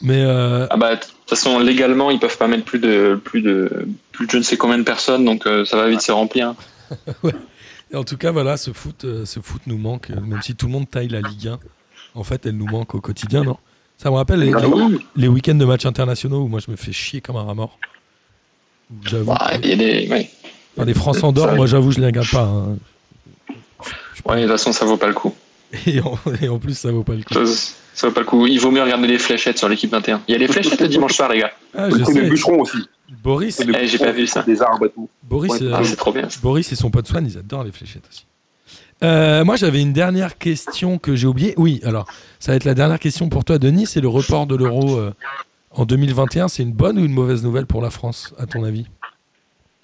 [SPEAKER 3] Mais euh,
[SPEAKER 5] Ah bah, de toute façon, légalement, ils peuvent pas mettre plus de plus de plus de je ne sais combien de personnes, donc euh, ça va vite se remplir. hein.
[SPEAKER 3] en tout cas, voilà, ce foot, euh, ce foot nous manque, euh, même si tout le monde taille la Ligue 1. En fait, elle nous manque au quotidien, non Ça me rappelle les,
[SPEAKER 5] Ah oui,
[SPEAKER 3] les week-ends de matchs internationaux où moi je me fais chier comme un rat mort. J'avoue.
[SPEAKER 5] bah, il y a des, ouais.
[SPEAKER 3] que- enfin, les France en dehors, moi j'avoue, je les regarde pas. hein.
[SPEAKER 5] Ouais, de toute façon, ça vaut pas le coup.
[SPEAKER 3] Et, en, et en plus, ça vaut pas le coup.
[SPEAKER 5] Ça, ça vaut pas le coup. Il vaut mieux regarder les fléchettes sur l'équipe 21. Il y a les fléchettes le dimanche soir, les gars.
[SPEAKER 3] Ah, je
[SPEAKER 4] Le coup
[SPEAKER 3] sais.
[SPEAKER 4] du bûcheron aussi.
[SPEAKER 3] Boris,
[SPEAKER 5] Eh, j'ai pas vu ça.
[SPEAKER 4] Des arbres et tout.
[SPEAKER 3] Boris,
[SPEAKER 4] Ouais,
[SPEAKER 3] euh,
[SPEAKER 5] Ah, c'est trop bien. ça.
[SPEAKER 3] Boris et son pote Swan, ils adorent les fléchettes aussi. Euh, moi, j'avais une dernière question que j'ai oubliée. Oui, alors, ça va être la dernière question pour toi, Denis. C'est le report de l'euro euh, en 2021. C'est une bonne ou une mauvaise nouvelle pour la France, à ton avis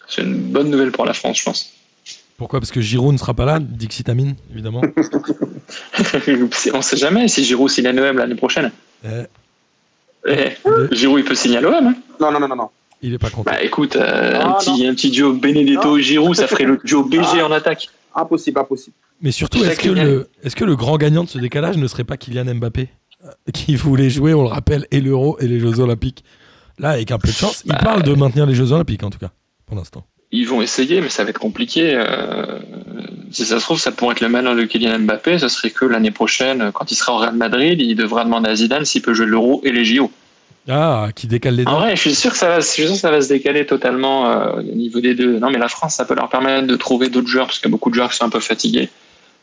[SPEAKER 5] C'est une bonne nouvelle pour la France, je pense.
[SPEAKER 3] Pourquoi Parce que Giroud ne sera pas là, Dixit Amine, évidemment.
[SPEAKER 5] C'est- On sait jamais si Giroud signe à l'OM l'année prochaine.
[SPEAKER 3] Euh,
[SPEAKER 5] Eh,
[SPEAKER 3] il,
[SPEAKER 5] Giroud, il peut signer à l'OM. hein.
[SPEAKER 4] Non, non, non, non, non.
[SPEAKER 3] il est pas content.
[SPEAKER 5] Bah écoute, euh,
[SPEAKER 4] Ah,
[SPEAKER 5] un,
[SPEAKER 4] non.
[SPEAKER 5] petit, un petit duo Benedetto-Giroud, ça ferait le duo BG
[SPEAKER 4] Ah.
[SPEAKER 5] en attaque.
[SPEAKER 4] Impossible, impossible.
[SPEAKER 3] Mais surtout, est-ce que,
[SPEAKER 5] Kylian.
[SPEAKER 3] le, est-ce que le grand gagnant de ce décalage ne serait pas Kylian Mbappé euh, Qui voulait jouer, on le rappelle, et l'euro et les Jeux Olympiques. Là, avec un peu de chance, il
[SPEAKER 5] Bah,
[SPEAKER 3] parle de maintenir les Jeux Olympiques, en tout cas, pour l'instant.
[SPEAKER 5] Ils vont essayer, mais ça va être compliqué. euh, si ça se trouve, ça pourrait être le malheur de Kylian Mbappé. Ce serait que l'année prochaine, quand il sera au Real Madrid, il devra demander à Zidane s'il peut jouer l'Euro et les JO.
[SPEAKER 3] Ah, qui décale les
[SPEAKER 5] En
[SPEAKER 3] dates.
[SPEAKER 5] vrai, je suis sûr que ça va, je suis sûr que ça va se décaler totalement euh, au niveau des deux. Non, mais la France, ça peut leur permettre de trouver d'autres joueurs, parce qu'il y a beaucoup de joueurs qui sont un peu fatigués.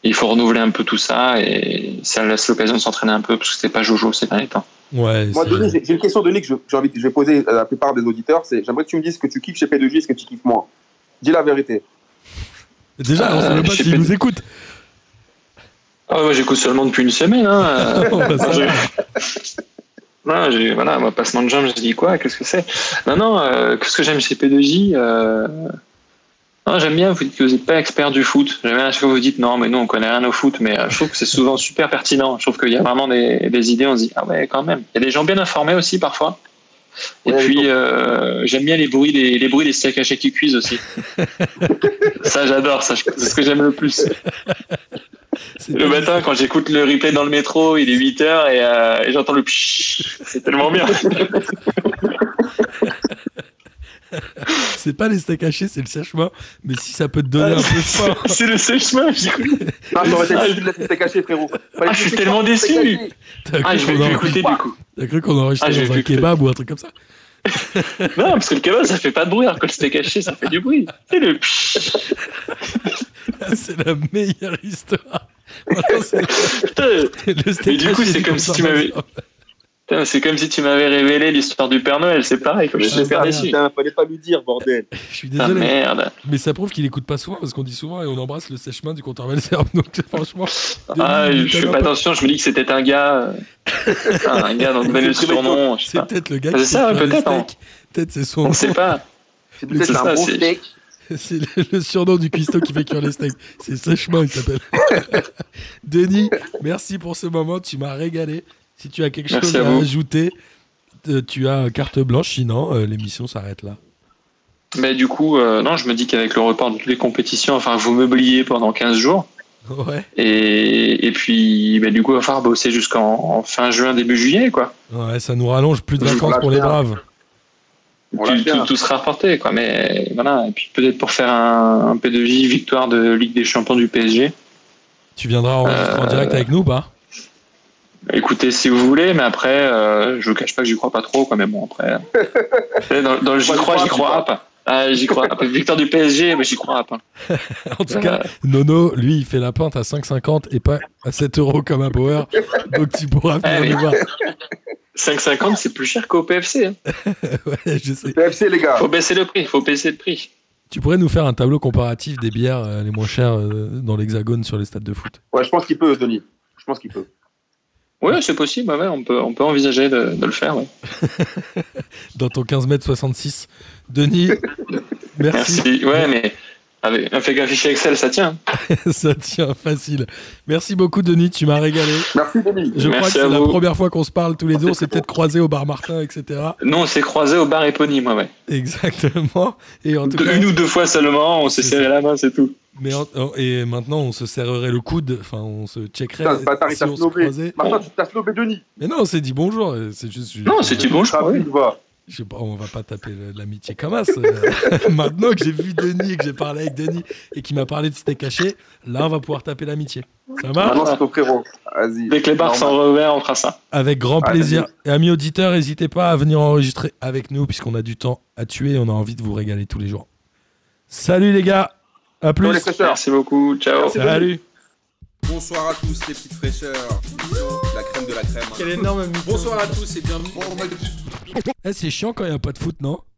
[SPEAKER 5] Et il faut renouveler un peu tout ça, et ça laisse l'occasion de s'entraîner un peu, parce que c'était pas Jojo ces derniers temps.
[SPEAKER 3] Ouais,
[SPEAKER 4] Moi,
[SPEAKER 3] c'est-
[SPEAKER 4] Denis, j'ai j'ai une question, Denis, que je- que j'ai envie de je vais poser à la plupart des auditeurs. C'est j'aimerais que tu me dises ce que tu kiffes chez P2J, ce que tu kiffes moins. Dis la vérité.
[SPEAKER 3] Déjà, on sait
[SPEAKER 5] Euh,
[SPEAKER 3] même pas
[SPEAKER 5] je sais
[SPEAKER 3] s'il
[SPEAKER 5] pas.
[SPEAKER 3] nous écoute.
[SPEAKER 5] Ah ouais, j'écoute seulement depuis une semaine. Hein.
[SPEAKER 3] Oh, bah, ça,
[SPEAKER 5] j'ai- Voilà, j'ai, voilà, moi, passement de jambes, je dis quoi Qu'est-ce que c'est Non, non, euh, qu'est-ce que j'aime chez P2J euh, non, J'aime bien, vous dites que vous n'êtes pas expert du foot. J'aime bien, à chaque fois, vous dites non, mais nous, on connaît rien au foot, mais euh, je trouve que c'est souvent super pertinent. Je trouve qu'il y a vraiment des, des idées, on se dit ah ouais, quand même. Il y a des gens bien informés aussi parfois. Et
[SPEAKER 4] Ouais,
[SPEAKER 5] puis, euh, j'aime bien les bruits des, les bruits des steaks hachés qui cuisent aussi. ça, j'adore, ça, je- c'est ce que j'aime le plus.
[SPEAKER 3] c'est pas-
[SPEAKER 5] Le matin, quand j'écoute le replay dans le métro, il est 8h et, euh, et j'entends le pshhh. C'est tellement bien.
[SPEAKER 3] C'est pas les steaks hachés, c'est le sèche-main. Mais si ça peut te donner un peu faim.
[SPEAKER 5] Ah, C'est le sèche-main. j'ai cru.
[SPEAKER 4] Non, t'aurais été déçu de laisser t'es caché, frérot. Fallait que
[SPEAKER 5] Ah, je
[SPEAKER 4] tu
[SPEAKER 5] suis
[SPEAKER 4] kiffes
[SPEAKER 5] tellement
[SPEAKER 4] pas,
[SPEAKER 5] déçu.
[SPEAKER 4] t'es caché.
[SPEAKER 3] T'as
[SPEAKER 5] Ah,
[SPEAKER 3] cru
[SPEAKER 5] je vais
[SPEAKER 3] qu'on
[SPEAKER 5] plus
[SPEAKER 3] en-
[SPEAKER 5] écouter du coup.
[SPEAKER 3] t'as cru qu'on enregistrait
[SPEAKER 5] Ah, je vais
[SPEAKER 3] dans un
[SPEAKER 5] plus écouter.
[SPEAKER 3] kebab ou un truc comme ça
[SPEAKER 5] Non, parce que le kebab, ça fait pas de bruit, alors que le steak haché, ça fait du bruit. C'est le pshhh.
[SPEAKER 3] Ah, C'est la meilleure histoire. Maintenant, c'est-
[SPEAKER 5] Putain,
[SPEAKER 3] le steak
[SPEAKER 5] du coup,
[SPEAKER 3] haché,
[SPEAKER 5] c'est comme si
[SPEAKER 3] ça Ah,
[SPEAKER 5] tu m'avais-
[SPEAKER 3] ressemble.
[SPEAKER 5] Putain, c'est comme si tu m'avais révélé l'histoire du Père Noël, c'est pareil, comme je suis
[SPEAKER 3] Ah,
[SPEAKER 5] super
[SPEAKER 3] merde.
[SPEAKER 5] déçu.
[SPEAKER 4] Putain, fallait pas lui dire, bordel.
[SPEAKER 3] Je suis
[SPEAKER 5] Ah
[SPEAKER 3] désolé. mais...
[SPEAKER 5] merde.
[SPEAKER 3] ça prouve qu'il écoute pas souvent parce qu'on dit souvent et on embrasse le sèche-main du comptoir Belserbe. Donc, franchement.
[SPEAKER 5] Ah,
[SPEAKER 3] Denis,
[SPEAKER 5] je
[SPEAKER 3] t'as
[SPEAKER 5] fais pas
[SPEAKER 3] pas-
[SPEAKER 5] attention, je me dis que c'était un gars. euh, putain, un gars dont on donnait le surnom, je sais
[SPEAKER 3] C'est
[SPEAKER 5] pas.
[SPEAKER 3] peut-être le gars
[SPEAKER 5] C'est
[SPEAKER 3] qui
[SPEAKER 5] ça,
[SPEAKER 3] fait les
[SPEAKER 5] peut-être,
[SPEAKER 3] steaks. Peut-être c'est son.
[SPEAKER 5] On sait pas.
[SPEAKER 4] C'est peut-être
[SPEAKER 5] ça,
[SPEAKER 4] un bon
[SPEAKER 5] c'est-
[SPEAKER 4] steak.
[SPEAKER 3] C'est le, le surnom du cuistot qui fait cuire les steaks. C'est Sèchement, il s'appelle. Denis, merci pour ce moment. Tu m'as régalé. Si tu as quelque
[SPEAKER 5] Merci
[SPEAKER 3] chose
[SPEAKER 5] à
[SPEAKER 3] à,
[SPEAKER 5] vous.
[SPEAKER 3] ajouter, euh, tu as carte blanche. Sinon, euh, l'émission s'arrête là.
[SPEAKER 5] Mais du coup, euh, non, je me dis qu'avec le report de toutes les compétitions, enfin, vous meubliez pendant 15 jours.
[SPEAKER 3] Ouais,
[SPEAKER 5] Et, et puis, bah, du coup, il va falloir bosser jusqu'en en fin juin, début juillet, quoi.
[SPEAKER 3] ouais ça nous rallonge plus de
[SPEAKER 4] Je
[SPEAKER 3] vacances
[SPEAKER 4] vous
[SPEAKER 3] pour les
[SPEAKER 4] l'appelle.
[SPEAKER 3] braves.
[SPEAKER 4] On l'a
[SPEAKER 5] Tout,
[SPEAKER 4] fait,
[SPEAKER 5] tout-
[SPEAKER 4] hein.
[SPEAKER 5] tout sera reporté, quoi. Mais voilà. Et puis, peut-être pour faire un, un P2J, victoire de Ligue des Champions du PSG.
[SPEAKER 3] Tu viendras enregistrer en direct avec nous bah. ou pas
[SPEAKER 5] Écoutez, si vous voulez, mais après, euh, je vous cache pas que j'y crois pas trop, quand même. Bon, après, euh, dans, dans le j'y crois, j'y crois pas. Ah, j'y crois. pas. victoire du PSG, mais j'y crois pas. Euh,
[SPEAKER 3] En tout cas, Nono, lui, il fait la pinte à 5,50 et pas à 7 euros comme à Bauer. Donc tu pourras venir
[SPEAKER 5] Ah oui.
[SPEAKER 3] nous voir.
[SPEAKER 5] 5,50, c'est plus cher qu'au PFC. Hein.
[SPEAKER 3] Ouais, je sais.
[SPEAKER 4] PFC, les gars.
[SPEAKER 5] Faut baisser le prix, faut baisser le prix.
[SPEAKER 3] Tu pourrais nous faire un tableau comparatif des bières euh, les moins chères euh, dans l'hexagone sur les stades de foot.
[SPEAKER 4] Ouais, je pense qu'il peut, Denis. Je pense qu'il peut.
[SPEAKER 5] Ouais, c'est possible, ouais, ouais, on, peut, on peut envisager de, de le faire. ouais.
[SPEAKER 3] Dans ton 15 mètres 66. Denis, merci.
[SPEAKER 5] Merci. Ouais, mais avec, avec un fichier Excel, ça tient.
[SPEAKER 3] Ça tient facile. Merci beaucoup, Denis. Tu m'as régalé.
[SPEAKER 4] Merci, Denis.
[SPEAKER 3] Je crois que
[SPEAKER 5] Merci
[SPEAKER 3] c'est
[SPEAKER 5] à
[SPEAKER 3] la
[SPEAKER 5] vous.
[SPEAKER 3] première fois qu'on se parle tous les deux. On s'est peut-être croisé au bar Martin, etc.
[SPEAKER 5] Non, on s'est croisé au bar Epony, moi, ouais.
[SPEAKER 3] Exactement. Et en tout
[SPEAKER 5] Deux-
[SPEAKER 3] cas,
[SPEAKER 5] Une ou deux fois seulement, on s'est
[SPEAKER 3] C'est
[SPEAKER 5] serré la main, c'est tout.
[SPEAKER 3] mais en- en- et maintenant, on se serrerait le coude. Enfin, on se checkerait
[SPEAKER 4] Putain, ce bâtard, il
[SPEAKER 3] si
[SPEAKER 4] t'a
[SPEAKER 3] on se
[SPEAKER 4] snobé.
[SPEAKER 3] croisait.
[SPEAKER 4] Maintenant, tu t'as snobé Denis.
[SPEAKER 3] Mais non, on s'est dit bonjour. euh, C'est juste.
[SPEAKER 5] Non, c'est du bon, je
[SPEAKER 4] Ça
[SPEAKER 5] crois.
[SPEAKER 4] va,
[SPEAKER 5] ouais.
[SPEAKER 4] il va.
[SPEAKER 3] Je sais pas, on va pas taper le- l'amitié comme ça. euh, Maintenant que j'ai vu Denis et que j'ai parlé avec Denis et qu'il m'a parlé de c'était caché, là on va pouvoir taper l'amitié. Ça va
[SPEAKER 4] Maintenant, c'est ton frérot. Vas-y.
[SPEAKER 5] Ah. Dès que les
[SPEAKER 4] Normal.
[SPEAKER 5] bars sont revers, on fera ça.
[SPEAKER 3] Avec grand
[SPEAKER 4] Ah,
[SPEAKER 3] plaisir. Et amis auditeurs, n'hésitez pas à venir enregistrer avec nous puisqu'on a du temps à tuer et on a envie de vous régaler tous les jours. Salut les gars, à
[SPEAKER 4] Ciao,
[SPEAKER 3] plus.
[SPEAKER 4] les fraîcheurs.
[SPEAKER 5] Merci beaucoup, ciao.
[SPEAKER 3] Salut.
[SPEAKER 1] Bonsoir à tous les petites fraîcheurs. La crème hein. de la crème.
[SPEAKER 2] Quelle énorme
[SPEAKER 1] Bonsoir à tous et bienvenue.
[SPEAKER 3] Eh, c'est chiant quand il n'y a pas de foot, non